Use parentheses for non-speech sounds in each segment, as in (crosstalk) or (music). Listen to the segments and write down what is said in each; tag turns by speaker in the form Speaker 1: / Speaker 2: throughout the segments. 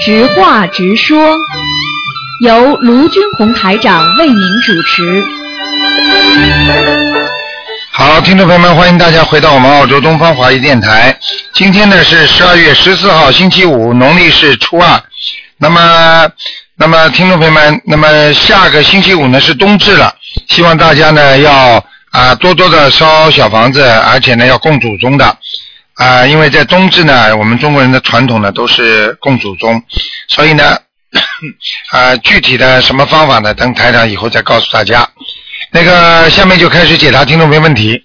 Speaker 1: 直话直说，由卢军红台长为您主持。
Speaker 2: 好，听众朋友们，欢迎大家回到我们澳洲东方华语电台。今天呢是十二月十四号，星期五，农历是初二。那么，那么听众朋友们，那么下个星期五呢是冬至了，希望大家呢要啊、多多的烧小房子，而且呢要供祖宗的。啊、因为在冬至呢，我们中国人的传统呢都是供祖宗，所以呢， (coughs) 啊、具体的什么方法呢，等台长以后再告诉大家。那个，下面就开始解答听众朋友问题。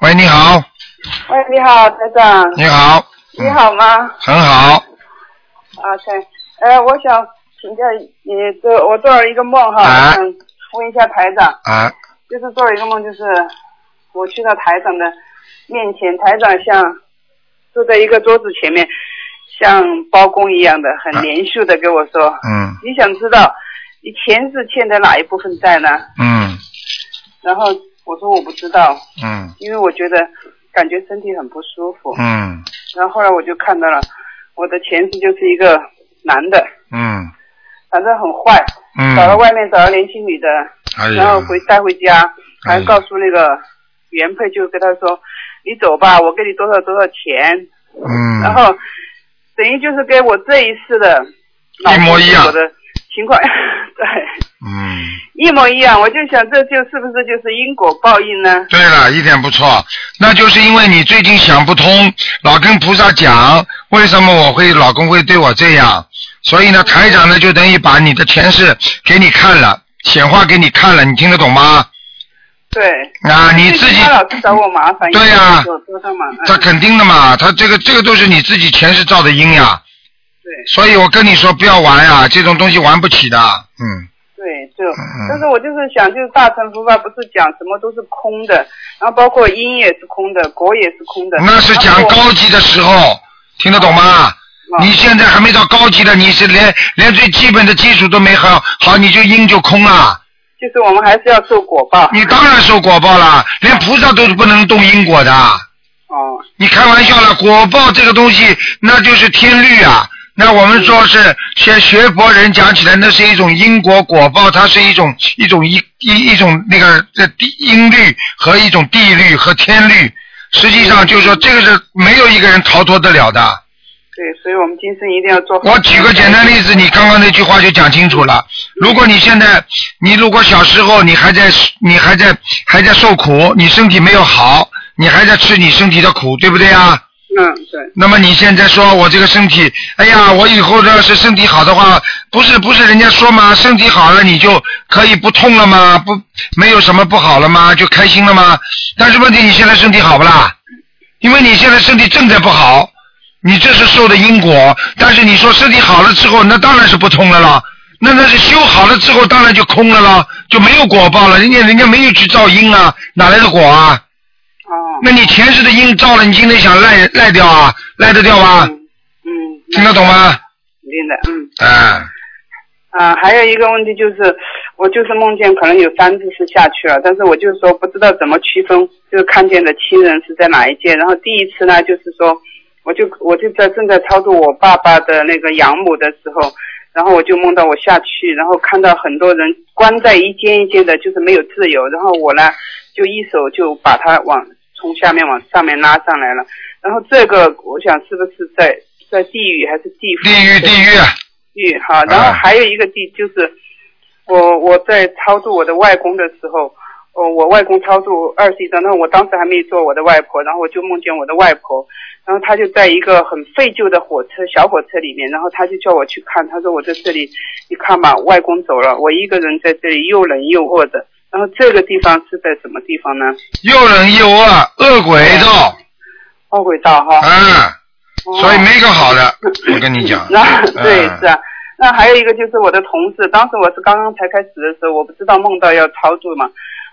Speaker 2: 喂，你好，
Speaker 3: 喂，哎你好，台长，
Speaker 2: 你好，
Speaker 3: 你好吗？
Speaker 2: 很好，
Speaker 3: 啊，对，呃，我想请教你，做我做了一个梦哈，
Speaker 2: 啊
Speaker 3: 我想问一下台长，
Speaker 2: 啊，
Speaker 3: 就是做了一个梦，就是我去到台长的面前，台长像坐在一个桌子前面，像包公一样的，
Speaker 2: 啊
Speaker 3: 很连续的跟我说，
Speaker 2: 嗯
Speaker 3: 你想知道你前世欠的哪一部分债呢？
Speaker 2: 嗯
Speaker 3: 然后我说我不知道，
Speaker 2: 嗯
Speaker 3: 因为我觉得感觉身体很不舒服，
Speaker 2: 嗯
Speaker 3: 然后后来我就看到了我的前世就是一个男的，
Speaker 2: 嗯
Speaker 3: 反正很坏，
Speaker 2: 嗯，
Speaker 3: 找了外面找了年轻女的，
Speaker 2: 哎呀
Speaker 3: 然后回带回家，
Speaker 2: 哎
Speaker 3: 还
Speaker 2: 呀
Speaker 3: 告诉那个原配，就跟他说，你走吧，我给你多少多少钱，
Speaker 2: 嗯，
Speaker 3: 然后等于就是跟我这一世的老
Speaker 2: 一模一样
Speaker 3: 公我的情况， (laughs) 对，
Speaker 2: 嗯，
Speaker 3: 一模一样。我就想这就是不是就是因果报应呢？
Speaker 2: 对了，一点不错，那就是因为你最近想不通，老跟菩萨讲为什么我会老公会对我这样，所以呢，台长呢就等于把你的前世给你看了，显化给你看了，你听得懂吗？
Speaker 3: 对，
Speaker 2: 啊，你自己
Speaker 3: 他老是找我麻烦，
Speaker 2: 对呀
Speaker 3: 我说他嘛，嗯
Speaker 2: 他肯定的嘛，他这个这个都是你自己前世造的因呀，
Speaker 3: 对。
Speaker 2: 所以我跟你说不要玩呀，这种东西玩不起的，嗯
Speaker 3: 对，就
Speaker 2: 嗯，
Speaker 3: 但是我就是想，就是大乘佛法不是讲什么都是空的，然后包括因也是空的，果也是空的。
Speaker 2: 那哦是讲高级的时候，听得懂吗？
Speaker 3: 然后我
Speaker 2: 你现在还没到高级的，你是连连最基本的基础都没好，好你就因就空了，
Speaker 3: 就是我们还是要受果报。
Speaker 2: 你当然受果报了，连菩萨都不能动因果的。
Speaker 3: 哦，
Speaker 2: 你开玩笑了，果报这个东西那就是天律啊。那我们说是学学佛人讲起来，那是一种因果果报，它是一种一种一一一种那个这地因律和一种地律和天律。实际上就是说，这个是没有一个人逃脱得了的。
Speaker 3: 对，所以我们今生一定要做好。
Speaker 2: 我举个简单例子，你刚刚那句话就讲清楚了。如果你现在，你如果小时候你还在你还在还在受苦，你身体没有好，你还在吃你身体的苦，对不对啊？
Speaker 3: 嗯，对，
Speaker 2: 那么你现在说我这个身体，哎呀，我以后要是身体好的话，不是不是人家说嘛，身体好了你就可以不痛了吗？不没有什么不好了吗？就开心了吗？但是问题你现在身体好不啦？因为你现在身体正在不好，你这是受的因果。但是你说身体好了之后，那当然是不痛了啦。那那是修好了之后，当然就空了啦，就没有果报了。人家人家没有去造因啊，哪来的果啊？
Speaker 3: 哦，
Speaker 2: 那你前世的因造了，你今天想赖赖掉啊？赖得掉吗？
Speaker 3: 嗯嗯，
Speaker 2: 听得懂吗？
Speaker 3: 肯定的，嗯
Speaker 2: 哎，
Speaker 3: 啊，还有一个问题就是，我就是梦见可能有三次是下去了，但是我就是说不知道怎么区分，就是看见的亲人是在哪一届。然后第一次呢，就是说，我就我就在正在操作我爸爸的那个养母的时候，然后我就梦到我下去，然后看到很多人关在一间一间的，就是没有自由。然后我呢，就一手就把他往从下面往上面拉上来了。然后这个我想是不是在在地狱还是地府？
Speaker 2: 地狱，地狱，啊
Speaker 3: 玉哈，然后还有一个地就是，我我在超度我的外公的时候，哦，我外公超度二十一张，然后我当时还没做我的外婆，然后我就梦见我的外婆，然后她就在一个很废旧的火车小火车里面，然后她就叫我去看，她说我在这里，你看吧，外公走了，我一个人在这里又冷又饿的，然后这个地方是在什么地方呢？
Speaker 2: 又冷又饿，恶鬼道，
Speaker 3: 恶鬼道哈，
Speaker 2: 嗯，所以
Speaker 3: 哦
Speaker 2: 没个好的，我跟你讲，
Speaker 3: (laughs) 那对
Speaker 2: 嗯
Speaker 3: 是啊。那还有一个就是我的同事，当时我是刚刚才开始的时候，我不知道梦到要超度嘛，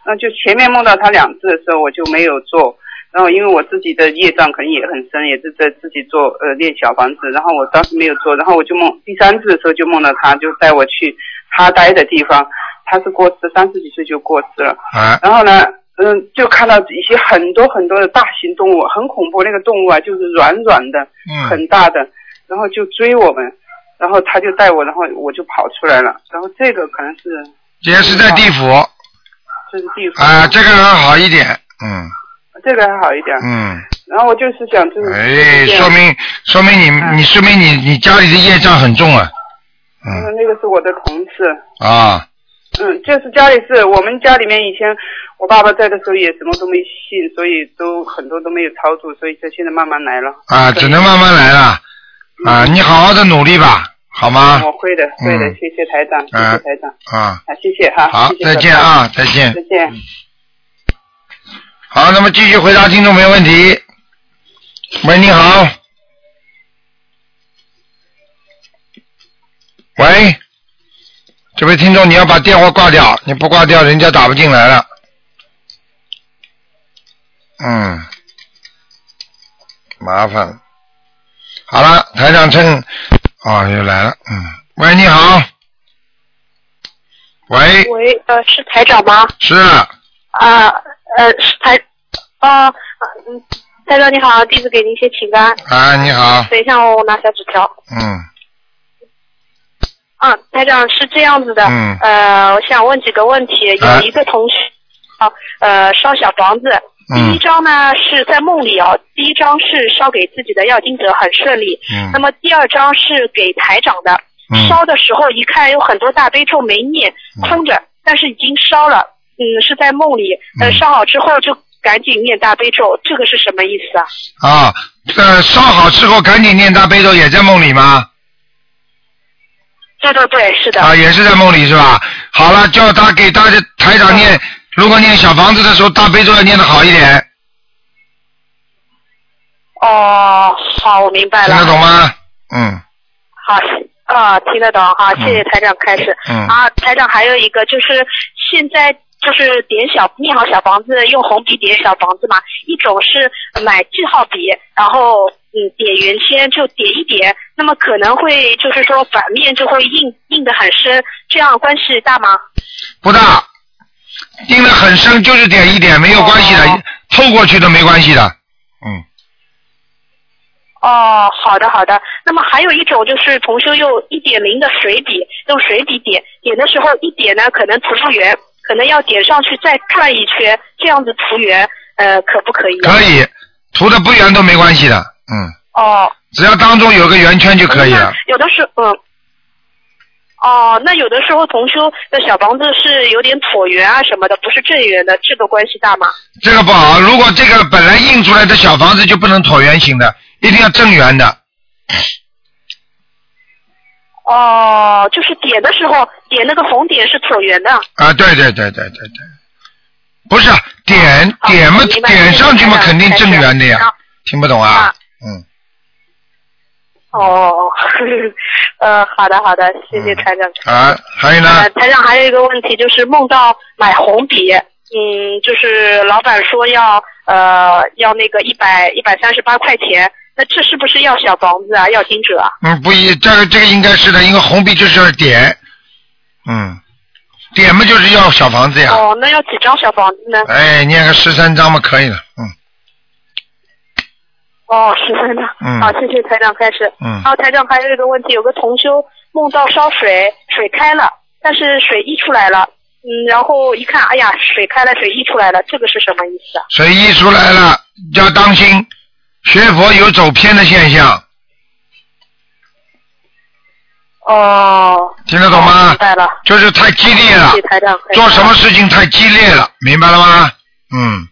Speaker 3: 那就前面梦到他两次的时候，我就没有做。然后因为我自己的业障可能也很深，也是在自己做呃练小房子，然后我当时没有做，然后我就梦第三次的时候就梦到他，就带我去他待的地方，他是过世，三十几岁就过世了。
Speaker 2: 啊，
Speaker 3: 然后呢，嗯，就看到一些很多很多的大型动物，很恐怖，那个动物啊就是软软的，
Speaker 2: 嗯，
Speaker 3: 很大的，然后就追我们，然后他就带我，然后我就跑出来了，然后这个可能是
Speaker 2: 也是在地府啊、
Speaker 3: 这是地府
Speaker 2: 这个还好一点，嗯
Speaker 3: 这个还好一点，
Speaker 2: 嗯，
Speaker 3: 然后我就是想就是
Speaker 2: 哎，
Speaker 3: 这样
Speaker 2: 说明说明你
Speaker 3: 嗯
Speaker 2: 你说明你你家里的业障很重啊，嗯
Speaker 3: 嗯，那个是我的同事，
Speaker 2: 啊，
Speaker 3: 嗯，就是家里是我们家里面以前我爸爸在的时候也什么都没信，所以都很多都没有操作，所以就现在慢慢来了。
Speaker 2: 啊，只能慢慢来了。啊，你好好的努力吧，好吗？
Speaker 3: 我会的，会的，
Speaker 2: 嗯
Speaker 3: 谢谢台长，谢谢台长，
Speaker 2: 啊，
Speaker 3: 啊，谢谢哈，
Speaker 2: (laughs) 好
Speaker 3: 谢，谢
Speaker 2: 再见啊，再见
Speaker 3: 台长，再。见。
Speaker 2: 好，那么继续回答听众没问题。喂，你好。喂，这位听众，你要把电话挂掉，你不挂掉，人家打不进来了。嗯，麻烦了。好了，台长趁哦又来了，嗯，喂，你好。喂，
Speaker 4: 喂，呃，是台长吗？
Speaker 2: 是
Speaker 4: 啊，呃，是台，啊，嗯，台长你好，弟子给您先请个安。
Speaker 2: 啊，你好，
Speaker 4: 等一下，我拿小纸条。
Speaker 2: 嗯
Speaker 4: 啊，台长是这样子的，
Speaker 2: 嗯
Speaker 4: 呃，我想问几个问题。
Speaker 2: 哎
Speaker 4: 有一个同学，啊，呃，烧小房子，第一
Speaker 2: 嗯
Speaker 4: 张呢是在梦里哦，第一张是烧给自己的要经者，很顺利。
Speaker 2: 嗯
Speaker 4: 那么第二张是给台长的，
Speaker 2: 嗯
Speaker 4: 烧的时候一看有很多大悲咒没念，
Speaker 2: 嗯
Speaker 4: 空着，但是已经烧了，嗯，是在梦里，
Speaker 2: 嗯
Speaker 4: 呃，烧好之后就赶紧念大悲咒，这个是什么意思啊？
Speaker 2: 啊，呃，烧好之后赶紧念大悲咒，也在梦里吗？
Speaker 4: 对对对，是的，
Speaker 2: 啊，也是在梦里是吧？好了，叫他给大家台长念，如果念小房子的时候，大悲咒要念的好一点，
Speaker 4: 哦，好，我明白
Speaker 2: 听
Speaker 4: 了，
Speaker 2: 得懂吗？嗯
Speaker 4: 好。啊，听得懂哈，
Speaker 2: 嗯
Speaker 4: 谢谢台长开始。
Speaker 2: 嗯
Speaker 4: 啊，台长还有一个就是现在就是点小念好小房子，用红笔点小房子嘛。一种是买记号笔，然后嗯点圆圈就点一点，那么可能会就是说反面就会印印得很深，这样关系大吗？
Speaker 2: 不大，印的很深，就是点一点，没有关系的
Speaker 4: 哦，
Speaker 2: 透过去都没关系的。嗯，
Speaker 4: 哦，好的好的。那么还有一种就是同修用一点零的水笔，用水笔点，点的时候一点呢可能涂不圆，可能要点上去再转一圈，这样子涂圆，呃，可不可以、啊？
Speaker 2: 可。以，涂的不圆都没关系的。嗯，
Speaker 4: 哦，
Speaker 2: 只要当中有个圆圈就可以啊了
Speaker 4: 那。有的时候，嗯。哦，那有的时候同修的小房子是有点椭圆啊什么的，不是正圆的，这个关系大吗？
Speaker 2: 这个不好，如果这个本来印出来的小房子就不能椭圆形的，一定要正圆的。
Speaker 4: 哦，就是点的时候点那个红点是椭圆的。
Speaker 2: 啊，对对对对对对，不是啊点
Speaker 4: 哦
Speaker 2: 点嘛，
Speaker 4: 明白
Speaker 2: 点上去嘛，
Speaker 4: 明白
Speaker 2: 肯定正圆的
Speaker 4: 明白
Speaker 2: 呀，听不懂啊
Speaker 4: 啊？
Speaker 2: 嗯，
Speaker 4: 哦，呃，好的好的，谢谢台长。
Speaker 2: 啊，还有呢
Speaker 4: 呃，，台长还有一个问题就是梦到买红笔，嗯，就是老板说要呃要那个一百一百三十八块钱，那这是不是要小房子啊，要金者啊？
Speaker 2: 嗯，不一，这个这个应该是的，因为红笔就是点，嗯，点嘛就是要小房子呀，
Speaker 4: 哦，那要几张小房子呢？
Speaker 2: 哎，念个十三章嘛可以了，嗯
Speaker 4: 哦，十三张。
Speaker 2: 呃嗯
Speaker 4: 好，谢谢台长开始。
Speaker 2: 嗯
Speaker 4: 然后台长还有一个问题，有个同修梦到烧水，水开了，但是水溢出来了。嗯，然后一看，哎呀，水开了，水溢出来了，这个是什么意思啊？
Speaker 2: 水溢出来了，要当心，学佛有走偏的现象，
Speaker 4: 哦，
Speaker 2: 听得懂
Speaker 4: 哦
Speaker 2: 吗
Speaker 4: 明？白了，
Speaker 2: 就是太激烈了
Speaker 4: 谢谢，台长。
Speaker 2: 做什么？事情太激烈了，明白了吗？嗯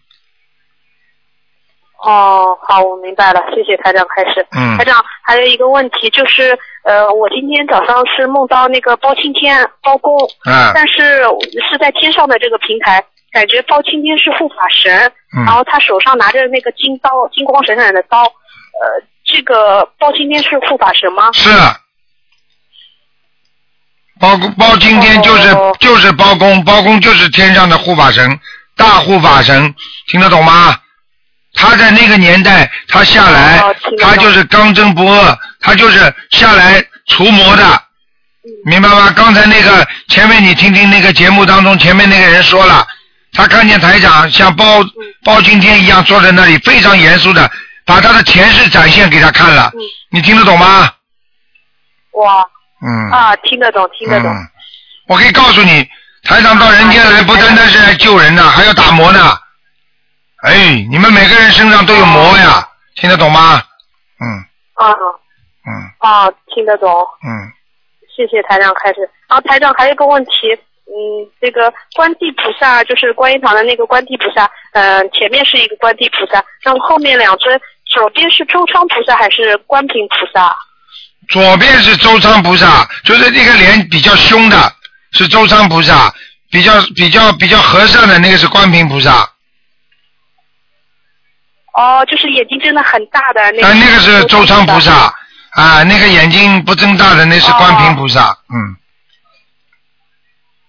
Speaker 4: 哦，好，我明白了，谢谢台长。开始，
Speaker 2: 嗯
Speaker 4: 台。长还有一个问题就是，呃，我今天早上是梦到那个包青天包公，
Speaker 2: 啊，
Speaker 4: 但是是在天上的这个平台，感觉包青天是护法神，
Speaker 2: 嗯
Speaker 4: 然后他手上拿着那个金刀，金光闪闪的刀，呃，这个包青天是护法神吗？
Speaker 2: 是，包公包青天就是、
Speaker 4: 哦
Speaker 2: 就是包公，包公就是天上的护法神，大护法神，听得懂吗？他在那个年代，他下来，
Speaker 4: 哦听得懂
Speaker 2: 他就是刚正不阿，他就是下来除魔的，
Speaker 4: 嗯
Speaker 2: 明白吗？刚才那个前面你听听那个节目当中，前面那个人说了，他看见台长像包
Speaker 4: 嗯
Speaker 2: 包青天一样坐在那里，非常严肃的把他的前世展现给他看了。
Speaker 4: 嗯
Speaker 2: 你听得懂吗？
Speaker 4: 哇
Speaker 2: 嗯。
Speaker 4: 啊，听得懂，听得懂。啊
Speaker 2: 嗯。我可以告诉你，台长到人间来不单单是来救人的，还要打磨呢。哎，你们每个人身上都有魔呀，听得懂吗？嗯
Speaker 4: 啊
Speaker 2: 嗯
Speaker 4: 啊，听得懂。
Speaker 2: 嗯，
Speaker 4: 谢谢台长开始。然后台长还有一个问题，嗯，这个观地菩萨就是观音堂的那个观地菩萨，嗯、前面是一个观地菩萨，然后后面两尊，左边是周昌菩萨还是观平菩萨？
Speaker 2: 左边是周仓菩萨，就是那个脸比较凶的，是周仓菩萨；比较比较比较和善的那个是观平菩萨，
Speaker 4: 哦，就是眼睛真的很大的那
Speaker 2: 呃
Speaker 4: 个。
Speaker 2: 但那个是周仓菩。萨啊，那个眼睛不睁大的那是观平菩萨。嗯，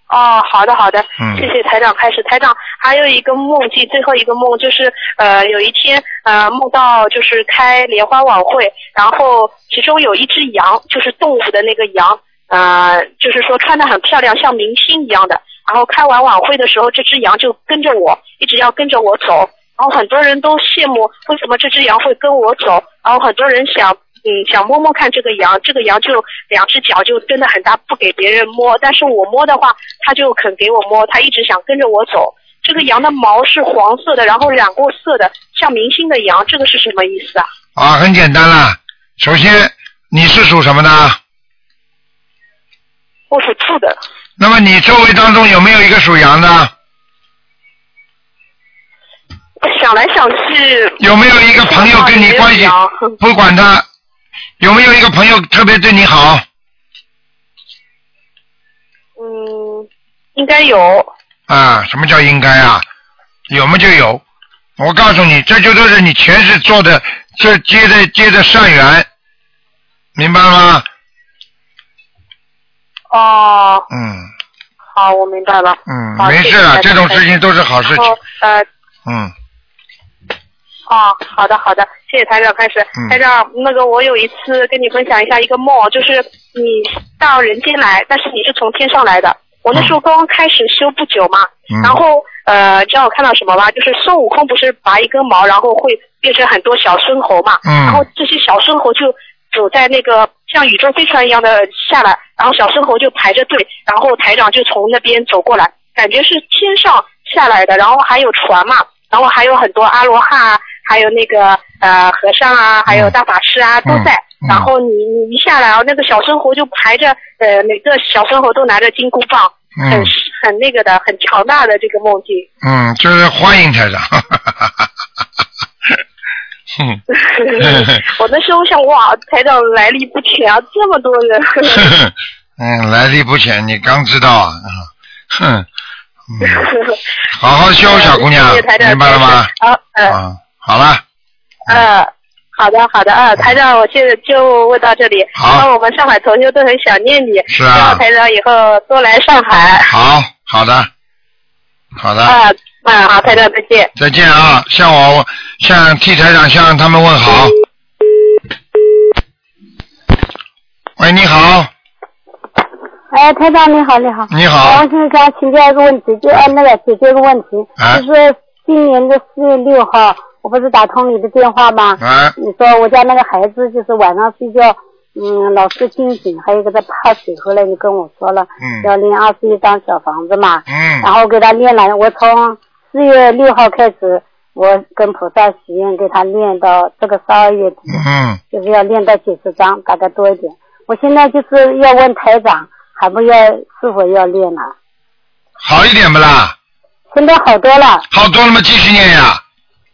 Speaker 4: 哦，好的好的
Speaker 2: 嗯，
Speaker 4: 谢谢台长开始。台长还有一个梦境，最后一个梦就是呃有一天呃梦到就是开莲花晚会，然后其中有一只羊，就是动物的那个羊，呃就是说穿的很漂亮，像明星一样的。然后开完晚会的时候，这只羊就跟着我，一直要跟着我走。然后很多人都羡慕为什么这只羊会跟我走，然后很多人想。嗯，想摸摸看这个羊，这个羊就两只脚就真的很大，不给别人摸。但是我摸的话，它就肯给我摸，它一直想跟着我走。这个羊的毛是黄色的，然后染过色的，像明星的羊，这个是什么意思啊？
Speaker 2: 啊，很简单啦。首先，你是属什么的？
Speaker 4: 我属兔的，
Speaker 2: 那么你周围当中有没有一个属羊的？
Speaker 4: 想来想去，
Speaker 2: 有没有一个朋友跟你关系
Speaker 4: 羊
Speaker 2: 不管他？有没有一个朋友特别对你好？
Speaker 4: 嗯，应该有
Speaker 2: 啊，什么叫应该啊？有么就有。我告诉你，这就都是你前世做的，这接的接的善缘，明白吗？
Speaker 4: 哦。
Speaker 2: 嗯
Speaker 4: 好，我明白了。
Speaker 2: 嗯，
Speaker 4: 好
Speaker 2: 没事了，
Speaker 4: 谢谢
Speaker 2: 这种事情都是好事情。
Speaker 4: 然后呃，
Speaker 2: 嗯，
Speaker 4: 哦，好的好的，谢谢台长开始。
Speaker 2: 嗯
Speaker 4: 台长，那个我有一次跟你分享一下一个梦，就是你到人间来，但是你是从天上来的。我那时候刚刚开始修不久嘛，
Speaker 2: 嗯
Speaker 4: 然后呃，知道我看到什么吗？就是孙悟空不是拔一根毛，然后会变成很多小孙猴嘛，
Speaker 2: 嗯
Speaker 4: 然后这些小孙猴就走在那个像宇宙飞船一样的下来，然后小孙猴就排着队，然后台长就从那边走过来，感觉是天上下来的，然后还有船嘛，然后还有很多阿罗汉啊，还有那个呃和尚啊，还有大法师啊都在。
Speaker 2: 嗯
Speaker 4: 然后你你一下来，然后那个小孙猴就排着，呃，每个小孙猴都拿着金箍棒，很
Speaker 2: 嗯
Speaker 4: 很那个的，很强大的这个梦境。
Speaker 2: 嗯，就是欢迎 (laughs)
Speaker 4: (laughs)
Speaker 2: 台长。哼
Speaker 4: 我那时候想，哇，台长来历不浅啊，这么多
Speaker 2: (laughs)
Speaker 4: 人。
Speaker 2: 嗯，来历不浅，你刚知道啊。啊哼，嗯，好
Speaker 4: (laughs)
Speaker 2: 好修，小姑娘，
Speaker 4: 谢谢台长
Speaker 2: 明白了吗？？
Speaker 4: 好，呃
Speaker 2: 啊，好了，
Speaker 4: 呃，好的好的啊，台长，我现在就问到这里。
Speaker 2: 嗯好
Speaker 4: 然后我们上海同学都很想念你，
Speaker 2: 是
Speaker 4: 希
Speaker 2: 啊
Speaker 4: 望，台长以后多来上海。
Speaker 2: 好好的，好的，
Speaker 4: 啊啊，好，台长再见。
Speaker 2: 再见啊！向我向 T 台长向他们问好。喂，你好，
Speaker 5: 哎，台长你好，你好。呃
Speaker 2: 你
Speaker 5: 我
Speaker 2: 好，
Speaker 5: 是想请教一个问题，就呃那个解决一个问题，
Speaker 2: 啊
Speaker 5: 就是今年的四月六号，我不是打通你的电话吗？
Speaker 2: 啊
Speaker 5: 你说我家那个孩子就是晚上睡觉，嗯，老是惊醒，还有一个在怕水。后来你跟我说了，
Speaker 2: 嗯
Speaker 5: 要念二十一张小房子嘛，
Speaker 2: 嗯
Speaker 5: 然后给他念了。我从四月六号开始，我跟菩萨许愿，给他念到这个十二月底。
Speaker 2: 嗯，
Speaker 5: 就是要练到九十章，大概多一点。我现在就是要问台长，还不要是否要练了、
Speaker 2: 好一点不啦？
Speaker 5: 现在好多了，
Speaker 2: 好多了吗？继续念呀，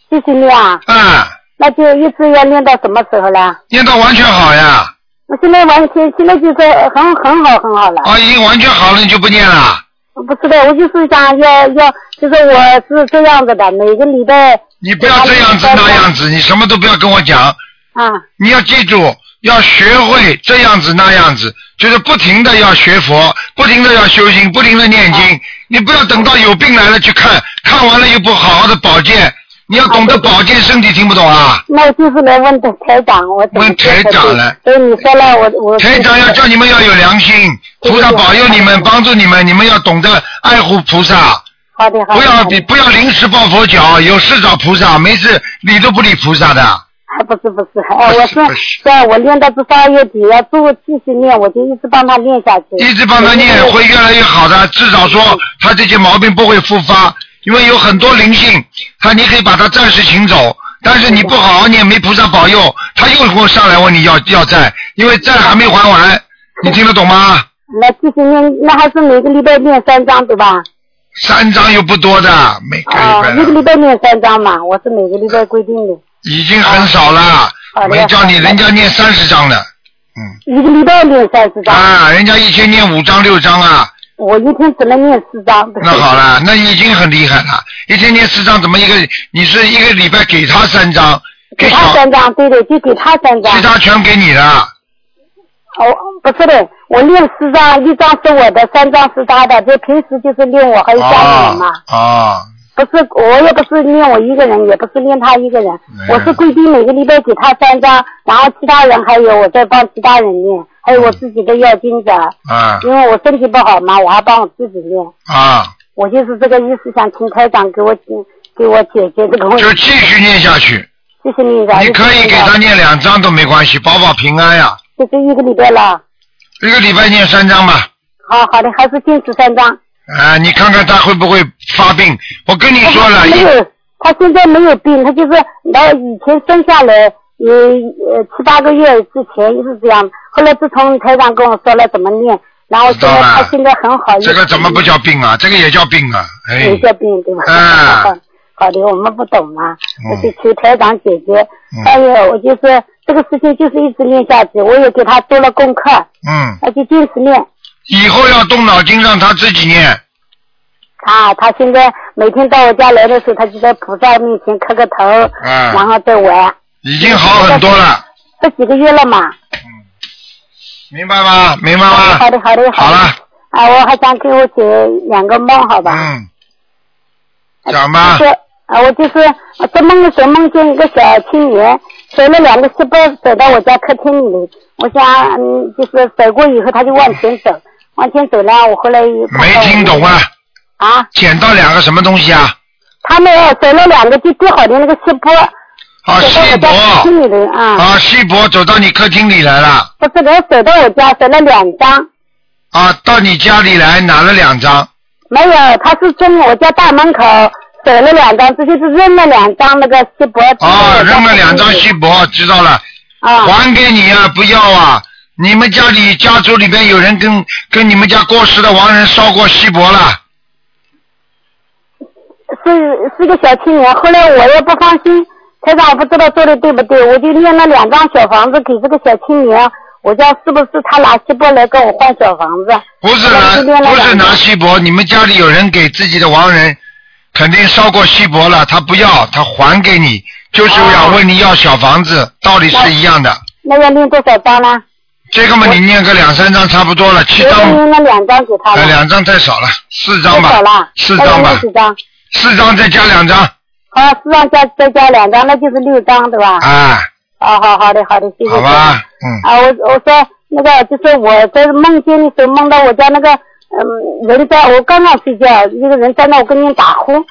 Speaker 5: 继续练啊，
Speaker 2: 啊，
Speaker 5: 那就一直要练到什么时候啦？
Speaker 2: 念到完全好呀，
Speaker 5: 我现在完全现在就是很很好很好了。
Speaker 2: 啊，已经完全好了，你就不念了？
Speaker 5: 我不知道，我就是想要要，就是我是这样子的，每个礼拜
Speaker 2: 你不要这样子那样子，你什么都不要跟我讲，
Speaker 5: 啊，
Speaker 2: 你要记住，要学会这样子那样子，就是不停的要学佛，不停的要修心，不停的念经。你不要等到有病来了去看，看完了又不好好的保健，你要懂得保健身体，听不懂啊？
Speaker 5: 那我就是来问的台长，我怎么
Speaker 2: 问台长了
Speaker 5: 所以你说了，我我
Speaker 2: 台长要叫你们要有良心，菩萨保佑你们，帮助你们，你们要懂得爱护菩萨，
Speaker 5: 好的好的。
Speaker 2: 不要
Speaker 5: 好的
Speaker 2: 比不要临时抱佛脚，有事找菩萨，没事理都不理菩萨的。
Speaker 5: 啊，不是不是，哎，我是
Speaker 2: 不是
Speaker 5: 在我练到这八月底，要做继续练，我就一直帮他练下去。嗯
Speaker 2: 一直帮他念会越来越好的，至少说他这些毛病不会复发，因为有很多灵性，他你可以把他暂时请走，但是你不好好念，没菩萨保佑，他又会上来问你要要债，因为债还没还完，你听得懂吗？
Speaker 5: 那继续念，那还是每个礼拜练三张对吧？
Speaker 2: 三张又不多的，每个
Speaker 5: 啊、
Speaker 2: 礼拜
Speaker 5: 每个礼
Speaker 2: 了，
Speaker 5: 拜练三张嘛，我是每个礼拜规定的，
Speaker 2: 已经很少了
Speaker 5: 啊好，的
Speaker 2: 没叫你人家念三十张的
Speaker 5: 一个礼拜练三十张，
Speaker 2: 啊，人家一天念五张六张啊，
Speaker 5: 我一天只能练四张。
Speaker 2: 那好了，那已经很厉害了，一天念四张，怎么一个你是一个礼拜给他三张，
Speaker 5: (laughs) 给
Speaker 2: 给
Speaker 5: 他
Speaker 2: 小
Speaker 5: 三张，对对，就给他三张
Speaker 2: 其。他全给你了，
Speaker 5: 哦，不是的，我练四张，一张是我的，三张是他的，这平时就是练我还有家里人嘛。
Speaker 2: 啊啊，
Speaker 5: 不是，我也不是练我一个人，也不是练他一个人，
Speaker 2: 嗯
Speaker 5: 我是规定每个礼拜给他三张，然后其他人还有我再帮其他人练，还有我自己的药精者，
Speaker 2: 啊
Speaker 5: 因为我身体不好嘛，我还帮我自己练。
Speaker 2: 啊，
Speaker 5: 我就是这个意思，想请台长给我解给我解决这个问题
Speaker 2: 就。继续念下去。
Speaker 5: 谢谢你，长。
Speaker 2: 你可以给他念两张都没关系，保保平安呀。
Speaker 5: 谢谢你啊，就是一个礼拜了。
Speaker 2: 一个礼拜念三张吧，
Speaker 5: 好好的，还是坚持三张。
Speaker 2: 啊，你看看他会不会发病？我跟你说了，
Speaker 5: 哎没
Speaker 2: 一
Speaker 5: 有，他现在没有病，他就是来以前生下来，呃呃七八个月之前是这样，后来自从台长跟我说了怎么念，然后现
Speaker 2: 知道
Speaker 5: 在
Speaker 2: 了
Speaker 5: 他现在很好，
Speaker 2: 这个怎么不叫病啊？这个也叫病啊，哎
Speaker 5: 有，些病对吧？
Speaker 2: 啊
Speaker 5: 好的，我们不懂嘛，
Speaker 2: 嗯
Speaker 5: 我就求台长解决。
Speaker 2: 嗯
Speaker 5: 还有，我就是这个事情就是一直练下去，我也给他做了功课，
Speaker 2: 嗯，
Speaker 5: 他就坚持练。
Speaker 2: 以后要动脑筋，让他自己念。
Speaker 5: 啊，他现在每天到我家来的时候，他就在菩萨面前磕个头，
Speaker 2: 啊
Speaker 5: 然后再玩。
Speaker 2: 已经好很多了，
Speaker 5: 这几个月了嘛。
Speaker 2: 明白吗？明白
Speaker 5: 好
Speaker 2: 吗？
Speaker 5: 的，好的，
Speaker 2: 啊好
Speaker 5: 的。
Speaker 2: 了，
Speaker 5: 啊，我还想给我解两个梦，好吧？
Speaker 2: 嗯，讲吧
Speaker 5: 就，是啊，我就是我做梦的时候梦见一个小青年，走了两个石包走到我家客厅里，我想嗯，就是走过以后他就往前走，往前走了，我后来又
Speaker 2: 没听懂啊？
Speaker 5: 啊，
Speaker 2: 捡到两个什么东西啊？
Speaker 5: 他们走了两个就丢好的那个石包，
Speaker 2: 啊，
Speaker 5: 走到
Speaker 2: 锡
Speaker 5: 我家客
Speaker 2: 箔
Speaker 5: 厅里的啊，
Speaker 2: 啊，锡箔走到你客厅里来了
Speaker 5: 不是，他走到我家走了两张，
Speaker 2: 啊，到你家里来拿了两张啊
Speaker 5: 没有，他是从我家大门口走了两张，这就是扔了两张那个锡箔。
Speaker 2: 啊，扔了两张锡箔，知道了，
Speaker 5: 啊，
Speaker 2: 还给你啊，不要啊！你们家里家族里边有人跟跟你们家过世的亡人烧过锡箔了，
Speaker 5: 是是个小青年。后来我也不放心，台长我不知道做的对不对，我就念了两张小房子给这个小青年，我叫是不是他拿锡箔来跟我换小房子？
Speaker 2: 不是
Speaker 5: 后来
Speaker 2: 拿
Speaker 5: 就念了
Speaker 2: 不
Speaker 5: 两
Speaker 2: 是拿
Speaker 5: 张
Speaker 2: 锡箔，你们家里有人给自己的亡人肯定烧过锡箔了，他不要，他还给你，就是想问你要小房
Speaker 5: 哦
Speaker 2: 子，道理是一样的。
Speaker 5: 那要念多少张呢？
Speaker 2: 这个嘛，你念个两三张差不多了，七
Speaker 5: 我
Speaker 2: 张
Speaker 5: 又念了两张给他
Speaker 2: 哎，
Speaker 5: 了，
Speaker 2: 两张太少了，四张
Speaker 5: 多少
Speaker 2: 吧
Speaker 5: 了，？
Speaker 2: 四
Speaker 5: 那
Speaker 2: 张
Speaker 5: 要
Speaker 2: 吧
Speaker 5: 念，几张？
Speaker 2: 四张再加两张，
Speaker 5: 好，四张加再加两张，那就是六张，对吧？
Speaker 2: 啊，
Speaker 5: 啊，好好的，好的，谢谢。
Speaker 2: 好吧，嗯，
Speaker 5: 啊，我我说那个就是我在梦见的时候梦到我家那个嗯人在我刚刚睡觉，一个人在那我跟人打呼，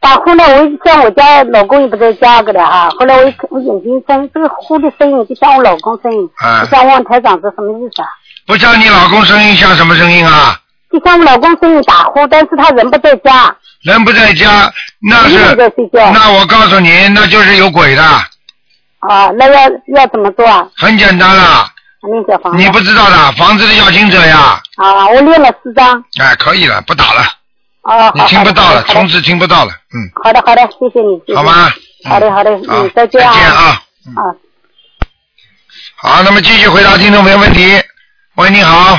Speaker 5: 打呼呢我一像我家老公也不在家个的啊，后来我一看我眼睛睁这个呼的声音就像我老公声音，
Speaker 2: 啊
Speaker 5: 我想问台长是什么意思啊？
Speaker 2: 不像你老公声音像什么声音啊？
Speaker 5: 就像我老公声音打呼，但是他人不在家，
Speaker 2: 人不在家，那
Speaker 5: 一个
Speaker 2: 啊是
Speaker 5: 人在睡觉。
Speaker 2: 那我告诉你，那就是有鬼的，
Speaker 5: 啊，那要要怎么做啊？
Speaker 2: 很简单啦，
Speaker 5: 那小房子
Speaker 2: 你不知道
Speaker 5: 哦
Speaker 2: 的，房子的要经者呀，
Speaker 5: 啊，我练了四张。
Speaker 2: 哎，可以了，不打了，
Speaker 5: 啊，
Speaker 2: 你听不到了，从
Speaker 5: 从
Speaker 2: 此听不到了，嗯，
Speaker 5: 好的好的，谢谢你，谢谢
Speaker 2: 好吗？嗯
Speaker 5: 好的好的，
Speaker 2: 好
Speaker 5: 嗯，
Speaker 2: 再
Speaker 5: 再见
Speaker 2: 见
Speaker 5: 啊，
Speaker 2: 啊，
Speaker 5: 啊。
Speaker 2: 好，那么继续回答听众朋友问题。喂，你好，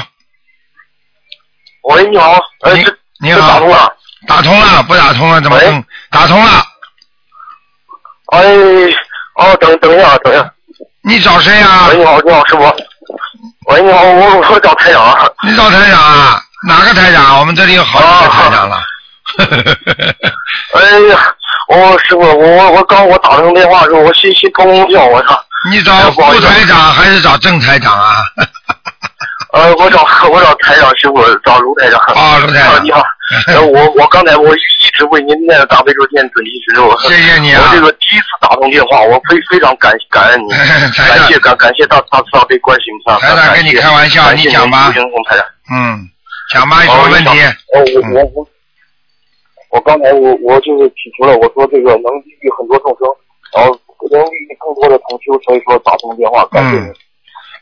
Speaker 6: 喂，你好，哎，
Speaker 2: 你
Speaker 6: 这
Speaker 2: 你
Speaker 6: 这
Speaker 2: 好
Speaker 6: 打通了，
Speaker 2: 打通了不打通了？怎么
Speaker 6: 喂
Speaker 2: 通？打通了，
Speaker 6: 哎，哦，等等一下，等一下，
Speaker 2: 你找谁啊？
Speaker 6: 喂，你好，你好，师傅，喂，你好，我我找台长啊，
Speaker 2: 你找台长啊？哪个台长？我们这里有好几
Speaker 6: 哦
Speaker 2: 个台长了。 (laughs)
Speaker 6: 哎呀，我师傅，我我我刚我打通电话的时候，我信息砰砰叫，我操，
Speaker 2: 你
Speaker 6: 哎
Speaker 2: 找副台长还是找正台长啊？
Speaker 6: (laughs) 呃，我找我找台长师傅，找卢台长，
Speaker 2: 啊，卢台
Speaker 6: 啊，
Speaker 2: 长哎
Speaker 6: 你，好，呃我我刚才我一直为您那大悲咒念准一直我
Speaker 2: (laughs) 谢谢你啊
Speaker 6: 我这个第一次打通电话，我非非常感感恩
Speaker 2: (laughs)
Speaker 6: 你，
Speaker 2: 哎台
Speaker 6: 感
Speaker 2: 长
Speaker 6: 谢感感谢大大慈大悲观世音菩萨。
Speaker 2: 台长
Speaker 6: 感谢
Speaker 2: 跟你开玩笑
Speaker 6: 感谢
Speaker 2: 你讲吧
Speaker 6: 您卢军红台长。
Speaker 2: 嗯，讲吧，有什么问题？
Speaker 6: 哦，我我我，我刚才我我就是提出了，我说这个能利益很多众生，然后能利益更多的同修，所以说打通电话，感谢您。
Speaker 2: 嗯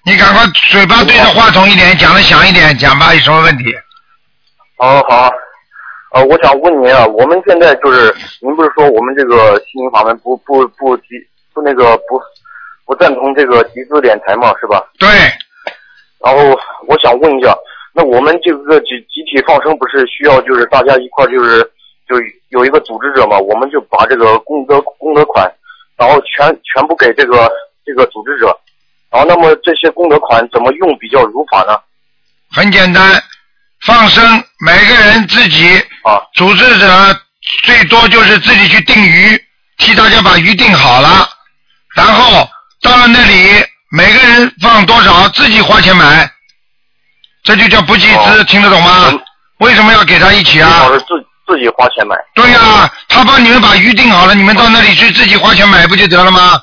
Speaker 2: 你赶快嘴巴对着话筒一点，讲的响一点，讲吧，有什么问题？
Speaker 6: 哦、好，呃，我想问您啊，我们现在就是您不是说我们这个心灵法门不不不集不那个不不赞同这个集资敛财嘛，是吧？
Speaker 2: 对，
Speaker 6: 然后我想问一下，那我们这个集集体放生不是需要就是大家一块儿就是就有一个组织者嘛？我们就把这个功德功德款，然后全全部给这个这个组织者，然后那么这些功德款怎么用比较如法呢？
Speaker 2: 很简单，放生，每个人自己，
Speaker 6: 啊，
Speaker 2: 组织者最多就是自己去定鱼，替大家把鱼定好了，然后到了那里，每个人放多少，自己花钱买，这就叫不集资，
Speaker 6: 哦
Speaker 2: 听得懂吗
Speaker 6: 嗯？
Speaker 2: 为什么要给他一起
Speaker 6: 最
Speaker 2: 啊
Speaker 6: 好？是自自己花钱买。
Speaker 2: 对呀、他帮你们把鱼定好了，你们到那里去自己花钱买不就得了吗？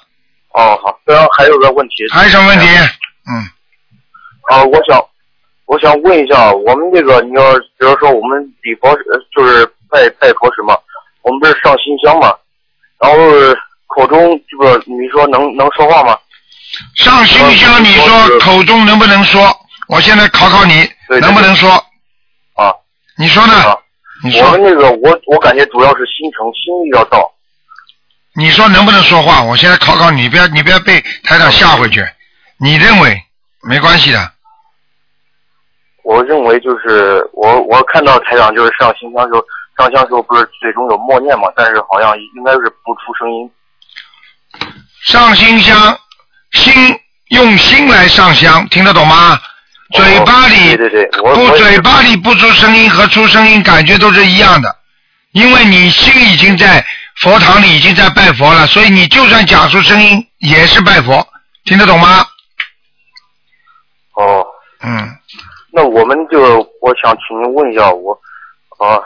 Speaker 6: 哦，好。然后还有个问题，
Speaker 2: 还有什么问题？嗯，
Speaker 6: 啊，我想，我想问一下，我们这个，你要比如说我们礼佛呃就是拜拜佛时嘛，我们不是上新香嘛，然后口中这个你说能能说话吗？
Speaker 2: 上新香，你
Speaker 6: 我
Speaker 2: 说
Speaker 6: 是
Speaker 2: 口中能不能说？我现在考考你，
Speaker 6: 对对
Speaker 2: 能不能说？
Speaker 6: 啊
Speaker 2: 你说呢？
Speaker 6: 啊，
Speaker 2: 嗯你
Speaker 6: 我
Speaker 2: 说
Speaker 6: 们，那个我我感觉主要是心诚心意要到。
Speaker 2: 你说能不能说话？我现在考考你，不要你不要被台长吓回去。你认为没关系的，
Speaker 6: 我认为就是我我看到台长就是上新香时候上香时候不是嘴中有默念嘛，但是好像应该是不出声音。
Speaker 2: 上新香，心用心来上香，听得懂吗？嘴巴里
Speaker 6: 哦对对对，我
Speaker 2: 不
Speaker 6: 我
Speaker 2: 嘴巴里不出声音和出声音感觉都是一样的，因为你心已经在佛堂里已经在拜佛了，所以你就算讲出声音也是拜佛，听得懂吗？
Speaker 6: 哦。
Speaker 2: 嗯，
Speaker 6: 那我们就我想请您问一下我，啊，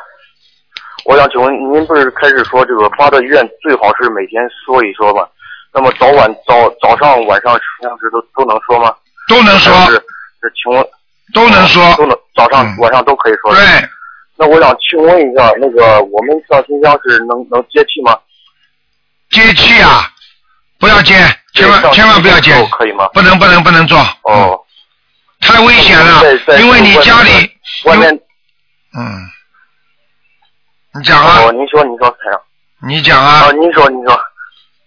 Speaker 6: 我想请问您不是开始说这个发的愿最好是每天说一说吧？那么早晚早早上晚上平时都都能说吗？
Speaker 2: 都能
Speaker 6: 还是
Speaker 2: 说，
Speaker 6: 是请问
Speaker 2: 都能
Speaker 6: 都
Speaker 2: 说，
Speaker 6: 能早上、
Speaker 2: 嗯
Speaker 6: 晚上都可以说。
Speaker 2: 对，
Speaker 6: 那我想请问一下，那个我们上新疆是能能接气吗？
Speaker 2: 接气啊，不要接，千
Speaker 6: 对上
Speaker 2: 万千万不要接，嗯
Speaker 6: 新疆可以吗？
Speaker 2: 不能不能不能做，
Speaker 6: 哦，
Speaker 2: 太危险了
Speaker 6: 在，在
Speaker 2: 因为你家里，
Speaker 6: 外面
Speaker 2: 嗯，你讲啊
Speaker 6: 哦，，您说您说台长
Speaker 2: 你讲啊
Speaker 6: 啊，，您说您说，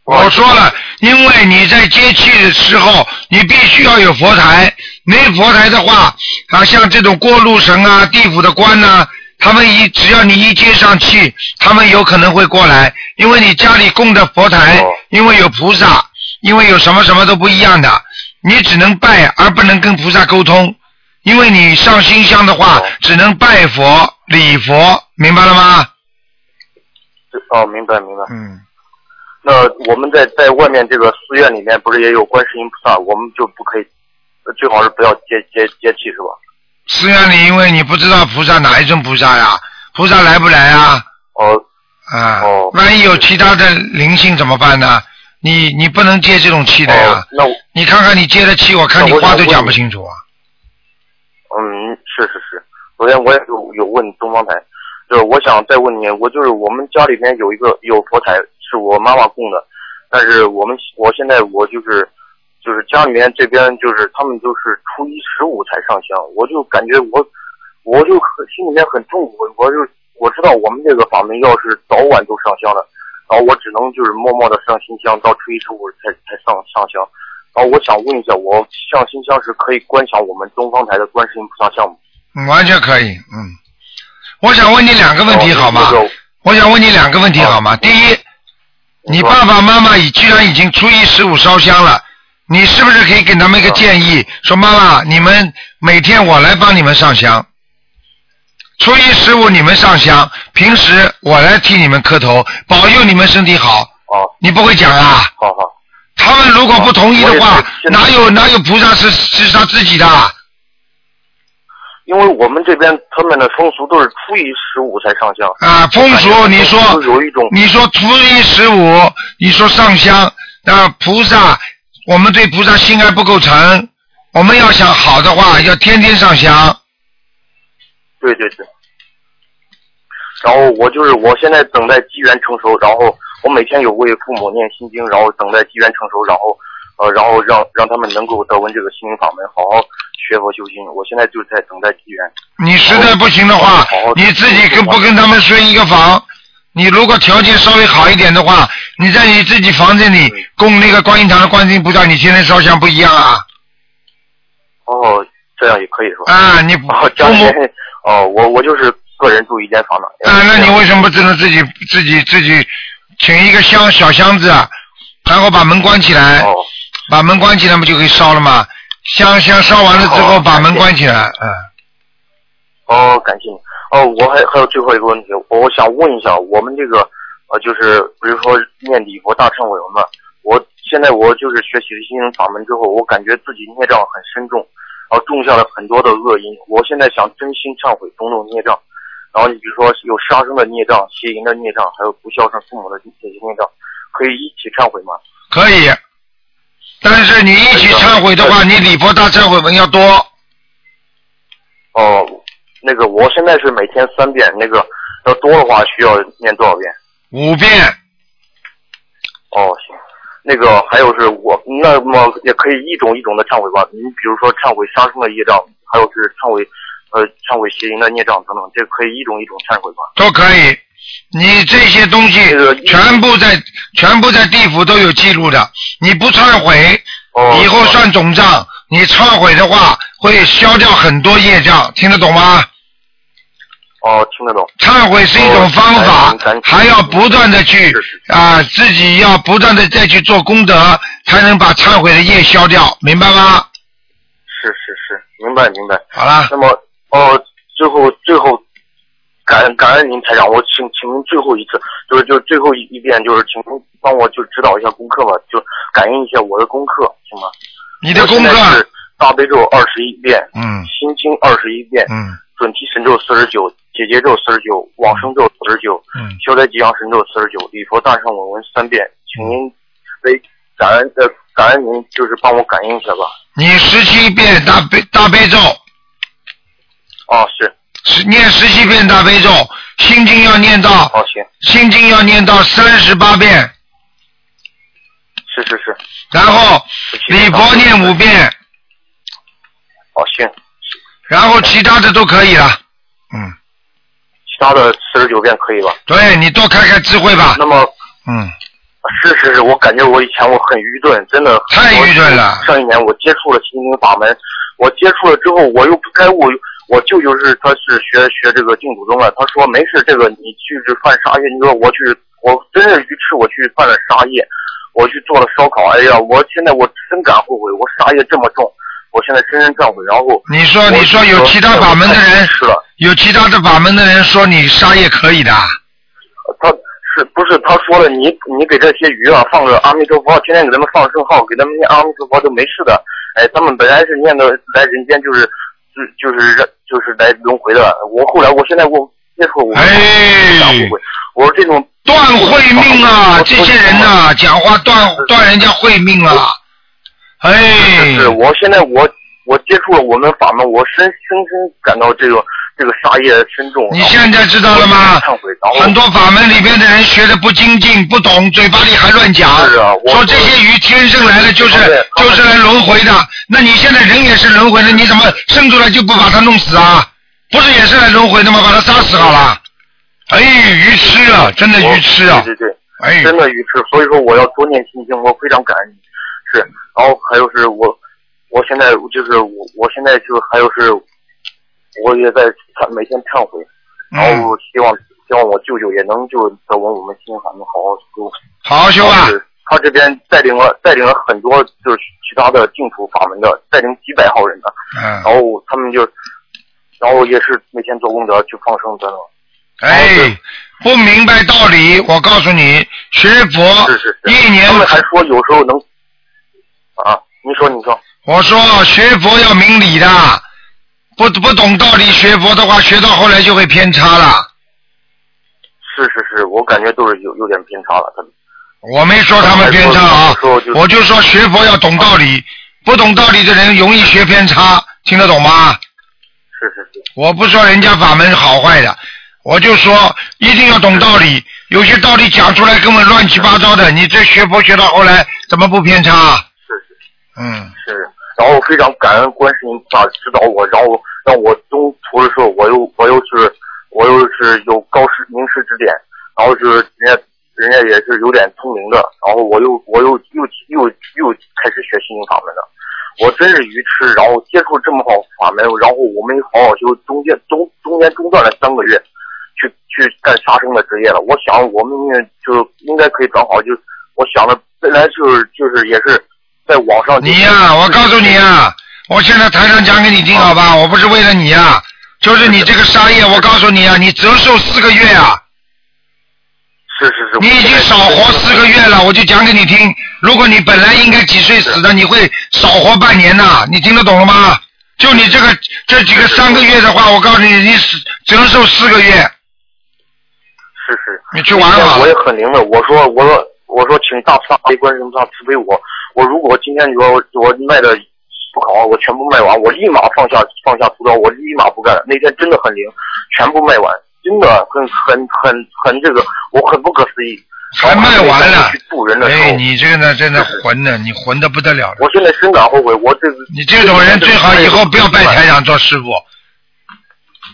Speaker 2: 我说了，因为你在接气的时候，你必须要有佛台。没佛台的话，啊，像这种过路神啊、地府的官呐、他们一只要你一接上气，他们有可能会过来，因为你家里供的佛台
Speaker 6: 哦，
Speaker 2: 因为有菩萨，因为有什么什么都不一样的，你只能拜而不能跟菩萨沟通，因为你上新香的话
Speaker 6: 哦，
Speaker 2: 只能拜佛、礼佛，明白了吗？
Speaker 6: 哦，明白明白。
Speaker 2: 嗯，
Speaker 6: 那我们在在外面这个寺院里面，不是也有观世音菩萨，我们就不可以，呃最好是不要接接接气是吧？
Speaker 2: 寺院里，因为啊你不知道菩萨哪一尊菩萨呀，菩萨来不来啊？
Speaker 6: 哦
Speaker 2: 啊，
Speaker 6: 哦
Speaker 2: 万一有其他的灵性怎么办呢？你你不能接这种气的呀！
Speaker 6: 哦，那我
Speaker 2: 你看看你接的气，我看你
Speaker 6: 那我
Speaker 2: 话
Speaker 6: 想
Speaker 2: 都讲
Speaker 6: 问
Speaker 2: 不清楚啊。
Speaker 6: 嗯是是是，昨天我也有有问东方台，就是我想再问你，我就是我们家里面有一个有佛台是我妈妈供的，但是我们我现在我就是就是家里面这边就是他们就是初一十五才上香，我就感觉我我就很心里面很痛苦，我就我知道我们这个法门要是早晚都上香的，然后我只能就是默默的上新香，到初一十五才才上上香。然后哦我想问一下，我上新香是可以观想我们东方台的观世音菩萨像吗？
Speaker 2: 嗯完全可以，嗯。我想问你两个问题
Speaker 6: 哦
Speaker 2: 好吗？
Speaker 6: 那个
Speaker 2: 我想问你两个问题好吗？
Speaker 6: 哦
Speaker 2: 第一，你
Speaker 6: 说
Speaker 2: 爸爸妈妈已居然已经初一十五烧香了，你是不是可以给他们一个
Speaker 6: 哦
Speaker 2: 建议，说妈妈，你们每天我来帮你们上香，初一十五你们上香，平时我来替你们磕头，保佑你们身体好。
Speaker 6: 哦，
Speaker 2: 你不会讲啊？
Speaker 6: 好好。
Speaker 2: 他们如果不同意的
Speaker 6: 我
Speaker 2: 话
Speaker 6: 也是，现在
Speaker 2: 哪有哪有菩萨是是他自己的啊？
Speaker 6: 因为我们这边他们的风俗都是初一十五才上香。
Speaker 2: 啊，风
Speaker 6: 哎
Speaker 2: 俗你说
Speaker 6: 都有一种
Speaker 2: 你
Speaker 6: (laughs)
Speaker 2: 说初一十五，你说上香，那菩萨，我们对菩萨心还不够诚，我们要想好的话，要天天上香。
Speaker 6: 对对对。然后我就是我现在等待机缘成熟，然后我每天有为父母念心经，然后等待机缘成熟，然后呃，然后让让他们能够得闻这个心灵法门，好好学佛修心。我现在就在等待机缘。
Speaker 2: 你实在不行的话
Speaker 6: 好好，
Speaker 2: 你自己跟不跟他们睡一个房？你如果条件稍微好一点的话，你在你自己房间里供那个观音堂的观世音菩萨，你天天烧香不一样啊！
Speaker 6: 哦，这样也可以是吧？
Speaker 2: 啊，你
Speaker 6: 哦，
Speaker 2: 父
Speaker 6: 家里
Speaker 2: 母
Speaker 6: 面哦，我我就是个人住一间房的。
Speaker 2: 啊，那你
Speaker 6: 哦
Speaker 2: 为什么不只能自己自己自己请一个箱小箱子，啊，然后把门关起来，
Speaker 6: 哦，
Speaker 2: 把门关起来不就可以烧了吗？香香烧完了之后，
Speaker 6: 好
Speaker 2: 把门关起来，嗯，
Speaker 6: 哦，感谢你。哦，我还还有最后一个问题，我想问一下，我们这个呃，就是比如说念礼佛大忏悔文嘛，我现在我就是学习了心灵法门之后，我感觉自己孽障很深重，然后种下了很多的恶因。我现在想真心忏悔种种孽障，然后你比如说有杀生的孽障、邪淫的孽障，还有不孝顺父母的这些孽障，可以一起忏悔吗？
Speaker 2: 可以。但是你一起忏悔的话，
Speaker 6: 对
Speaker 2: 你礼佛大忏悔文要多。
Speaker 6: 哦，那个我现在是每天三遍，那个要多的话需要念多少遍？
Speaker 2: 五遍，
Speaker 6: 哦，行。那个还有是我，那么也可以一种一种的忏悔吧。你比如说忏悔杀生的业障，还有是忏悔，呃，忏悔邪淫的业障等等，这可以一种一种忏悔吧。
Speaker 2: 都可以。你这些东西
Speaker 6: 这个
Speaker 2: 全部在全部在地府都有记录的，你不忏悔，
Speaker 6: 哦，
Speaker 2: 以后算总账。你忏悔的话，会消掉很多业障，听得懂吗？
Speaker 6: 哦，听得懂。
Speaker 2: 忏悔是一种方法
Speaker 6: 哦感恩感恩，
Speaker 2: 还要不断的去
Speaker 6: 是是
Speaker 2: 啊、自己要不断的再去做功德，才能把忏悔的业消掉，明白吗？
Speaker 6: 是是是，明白明白。
Speaker 2: 好啦，
Speaker 6: 那么哦，最后最后，感恩感恩您台长，我请请您最后一次，就是就是最后一一遍，就是请您帮我就指导一下功课吧，就感应一下我的功课，行吗？
Speaker 2: 你的功
Speaker 6: 我现在
Speaker 2: 课
Speaker 6: 是，大悲咒二十一遍，
Speaker 2: 嗯
Speaker 6: 心经二十一遍，
Speaker 2: 嗯
Speaker 6: 准提神咒四十九，解结咒四十九，往生咒四十九，
Speaker 2: 嗯，
Speaker 6: 消灾吉祥神咒四十九，礼佛大圣文文三遍，请您为感恩呃感恩您，就是帮我感应一下吧。
Speaker 2: 你十七遍大悲大悲咒，
Speaker 6: 哦，是，
Speaker 2: 十念十七遍大悲咒，心经要念到
Speaker 6: 哦行，
Speaker 2: 心经要念到三十八遍，
Speaker 6: 是是是，
Speaker 2: 然后
Speaker 6: 谢谢
Speaker 2: 礼佛念五遍，
Speaker 6: 哦行，
Speaker 2: 然后其他的都可以了。嗯，
Speaker 6: 其他的四十九遍可以吧？
Speaker 2: 对你多开开智慧吧。
Speaker 6: 那么
Speaker 2: 嗯，
Speaker 6: 是是是，我感觉我以前我很愚钝，真的
Speaker 2: 太愚钝了
Speaker 6: 我上一年我接触了心灵法门，我接触了之后我又不开悟，我舅舅是他是学学这个净土宗的，他说没事，这个你去犯杀业，你说我去，我真是愚痴，我去犯了杀业，我去做了烧烤，哎呀，我现在我真敢后悔，我杀业这么重，我现在深深忏悔，然后
Speaker 2: 你说哦你说有其他法门的人，
Speaker 6: 是了。
Speaker 2: 有其他的法门的人说你杀业可以的，
Speaker 6: 他是不是他说了你你给这些鱼啊放个阿弥陀佛，天天给他们放圣号，给他们念阿弥陀佛都没事的。哎，他们本来是念的来人间就是就就是就是来轮回的。我后来我现在我接触我
Speaker 2: 哎
Speaker 6: 大后悔，我说这种
Speaker 2: 断慧命啊！这些人呐、讲话断断人家慧命啊！哎
Speaker 6: 是，是，我现在我我接触了我们法门，我深深深感到这个这个杀业深重。
Speaker 2: 你现在知道了吗
Speaker 6: 忏悔，然后
Speaker 2: 很多法门里边的人学的不精进、不懂，嘴巴里还乱讲，
Speaker 6: 是啊我
Speaker 2: 说这些鱼天生来了就是
Speaker 6: 对他们
Speaker 2: 就是来轮回的。那你现在人也是轮回的，你怎么生出来就不把它弄死啊？不是也是来轮回的吗？把它杀死好了。哎，鱼吃啊，真的
Speaker 6: 我
Speaker 2: 鱼吃啊！
Speaker 6: 对对对。
Speaker 2: 哎，
Speaker 6: 真的愚痴，所以说我要多念心经，我非常感恩你。是，然后还有是我，我现在就是我，我现在就还有是，我也在忏每天忏悔，然
Speaker 2: 嗯
Speaker 6: 后我希望希望我舅舅也能就得闻我们心法能好好修。
Speaker 2: 好好修啊！
Speaker 6: 是他这边带领了带领了很多就是其他的净土法门的，带领几百号人的，
Speaker 2: 嗯
Speaker 6: 然，后他们就，然后也是每天做功德去放生等等。
Speaker 2: 哎，不明白道理，我告诉你，学佛
Speaker 6: 是是是，
Speaker 2: 一年
Speaker 6: 他们还说有时候能，啊，你说你说。
Speaker 2: 我说学佛要明理的，不不懂道理学佛的话，学到后来就会偏差了。
Speaker 6: 是是是，我感觉都是有有点偏差了，他们
Speaker 2: 我没说他们偏差啊
Speaker 6: 我说我，就
Speaker 2: 我就说学佛要懂道理，不懂道理的人容易学偏差，听得懂吗？
Speaker 6: 是是是
Speaker 2: 我不说人家法门好坏的，我就说一定要懂道理，有些道理讲出来根本乱七八糟的，你这学佛学到后来怎么不偏差啊？
Speaker 6: 是是。
Speaker 2: 嗯，
Speaker 6: 是，然后非常感恩观世音菩萨指导我，然后让我中途的时候，我又我又是我又是有高师名师指点，然后是人家人家也是有点聪明的，然后我又我又又又又开始学心灵法门了。我真是愚痴，然后接触这么好法门，然后我没好好修，中间中中间中断了三个月，去去干杀生的职业了。我想我们也就应该可以转好，就我想着本来就是就是也是在网上就
Speaker 2: 你呀、我告诉你呀、我现在台上讲给你听好吧，我不是为了你呀、就是你这个杀业，我告诉你啊，你折寿四个月啊，
Speaker 6: 是是是，
Speaker 2: 你已经少活四个月了，我就讲给你听。如果你本来应该几岁死的，你会少活半年呐、你听得懂了吗？就你这个这几个三个月的话，我告诉你，你死折寿四个月。
Speaker 6: 是是，
Speaker 2: 你去玩好了
Speaker 6: 哎我也很灵的，我说我说我说，请大慈大悲观世音菩萨慈悲我。我如果今天你说我卖的不好，我全部卖完，我立马放下放下屠刀，我立马不干了。那天真的很灵，全部卖完，真的很很很很这个，我很不可思议。
Speaker 2: 还卖完了
Speaker 6: 去渡人的时候，
Speaker 2: 哎，你这个呢，真的混的，你混的不得了的。
Speaker 6: 我现在深感后悔，我这次
Speaker 2: 你这种人最好以后不要拜台长做师傅。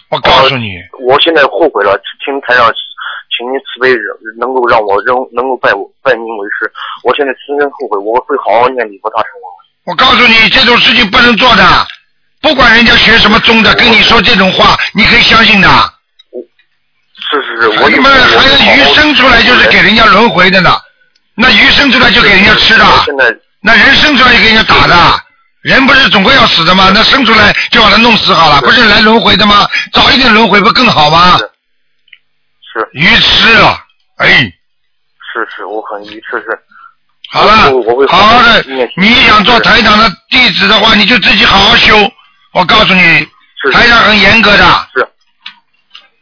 Speaker 2: 我告诉你，
Speaker 6: 我现在后悔了，请台长，请您慈悲，能够让我仍能够拜我拜您为师。我现在深深后悔，我会好好念礼佛大乘功。
Speaker 2: 我告诉你，这种事情不能做的。不管人家学什么宗的，跟你说这种话，你可以相信的。
Speaker 6: 是是是，我
Speaker 2: 我他妈还有鱼生出来就是给人家轮回的呢，那鱼生出来就给人家吃的，
Speaker 6: 我现在
Speaker 2: 那人生出来就给人家打的，人不是总归要死的吗？那生出来就把他弄死好了，不是来轮回的吗？早一点轮回不更好吗？
Speaker 6: 是是
Speaker 2: 鱼吃啊，哎，
Speaker 6: 是是，我很愚痴是。
Speaker 2: 好了
Speaker 6: 我我会，
Speaker 2: 好好的
Speaker 6: 好好念，经
Speaker 2: 你想做台长的弟子的话，你就自己好好修。我告诉你，
Speaker 6: 是
Speaker 2: 台长很严格的，
Speaker 6: 是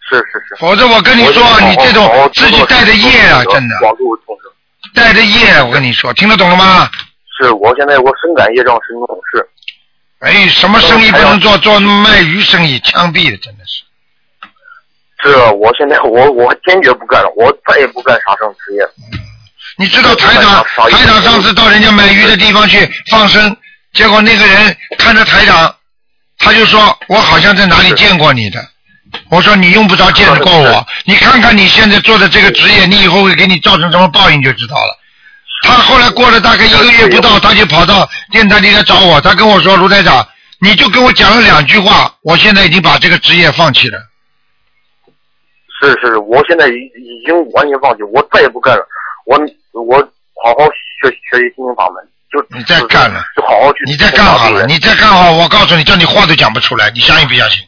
Speaker 6: 是是是。
Speaker 2: 否则我跟你说，你这种自己带着业啊，真的
Speaker 6: 广度众生。
Speaker 2: 带着业，我跟你说，听得懂了吗？
Speaker 6: 是我现在我深感业障深重，是
Speaker 2: 哎，什么生意不能做？做卖鱼生意，枪毙的，真的是。
Speaker 6: 是，我现在我我坚决不干了，我再也不干杀生职业了。
Speaker 2: 你知道台长，台长上次到人家买鱼的地方去放生，结果那个人看着台长，他就说：“我好像在哪里见过你的。”我说：“你用不着见得过我，你看看你现在做的这个职业，你以后会给你造成什么报应就知道了。”他后来过了大概一个月不到，他就跑到电台里来找我，他跟我说：“卢台长，你就跟我讲了两句话，我现在已经把这个职业放弃了。”
Speaker 6: 是是，我现在已已经完全放弃，我再也不干了。我我好好学学习心灵法门，就
Speaker 2: 你再干了，
Speaker 6: 就好好去。
Speaker 2: 你再干好了，你再干好，我告诉你，叫你话都讲不出来，你相信不相信？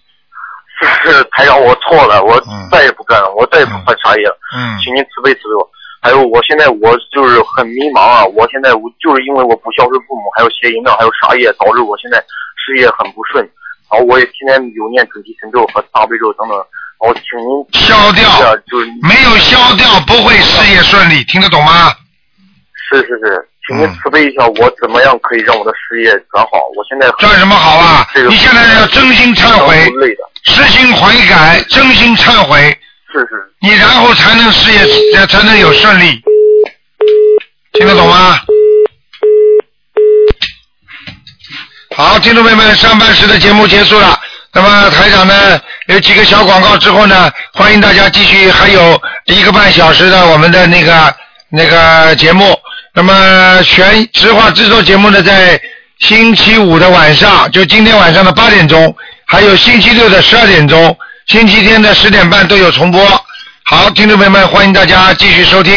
Speaker 6: 是是 (laughs) 台长，我错了，我
Speaker 2: 嗯
Speaker 6: 再也不干了，我再也不犯杀业了，
Speaker 2: 嗯，
Speaker 6: 请您慈悲慈悲我。还有，我现在我就是很迷茫啊！我现在我就是因为我不孝顺父母，还有邪淫呢，还有杀业，导致我现在事业很不顺。然后我也天天有念准提神咒和大悲咒等等。然后请您
Speaker 2: 消掉
Speaker 6: 是啊就是
Speaker 2: 没有消掉不会事业顺利，听得懂吗？
Speaker 6: 是是是，请您
Speaker 2: 嗯
Speaker 6: 慈悲一下，我怎么样可以让我的事业转好？我现在很
Speaker 2: 赚什么好啊
Speaker 6: 这？个
Speaker 2: 你现在要真心忏悔
Speaker 6: 非常，累的，
Speaker 2: 实心悔改，真心忏悔，
Speaker 6: 是是
Speaker 2: 你然后才能事业才才能有顺利，听得懂吗？好，听众朋友们，上半时的节目结束了。那么台长呢，有几个小广告之后呢，欢迎大家继续，还有一个半小时的我们的那个那个节目。那么全直话制作节目呢，在星期五的晚上，就今天晚上的八点钟，还有星期六的十二点钟，星期天的十点半都有重播。好，听众朋友们，欢迎大家继续收听。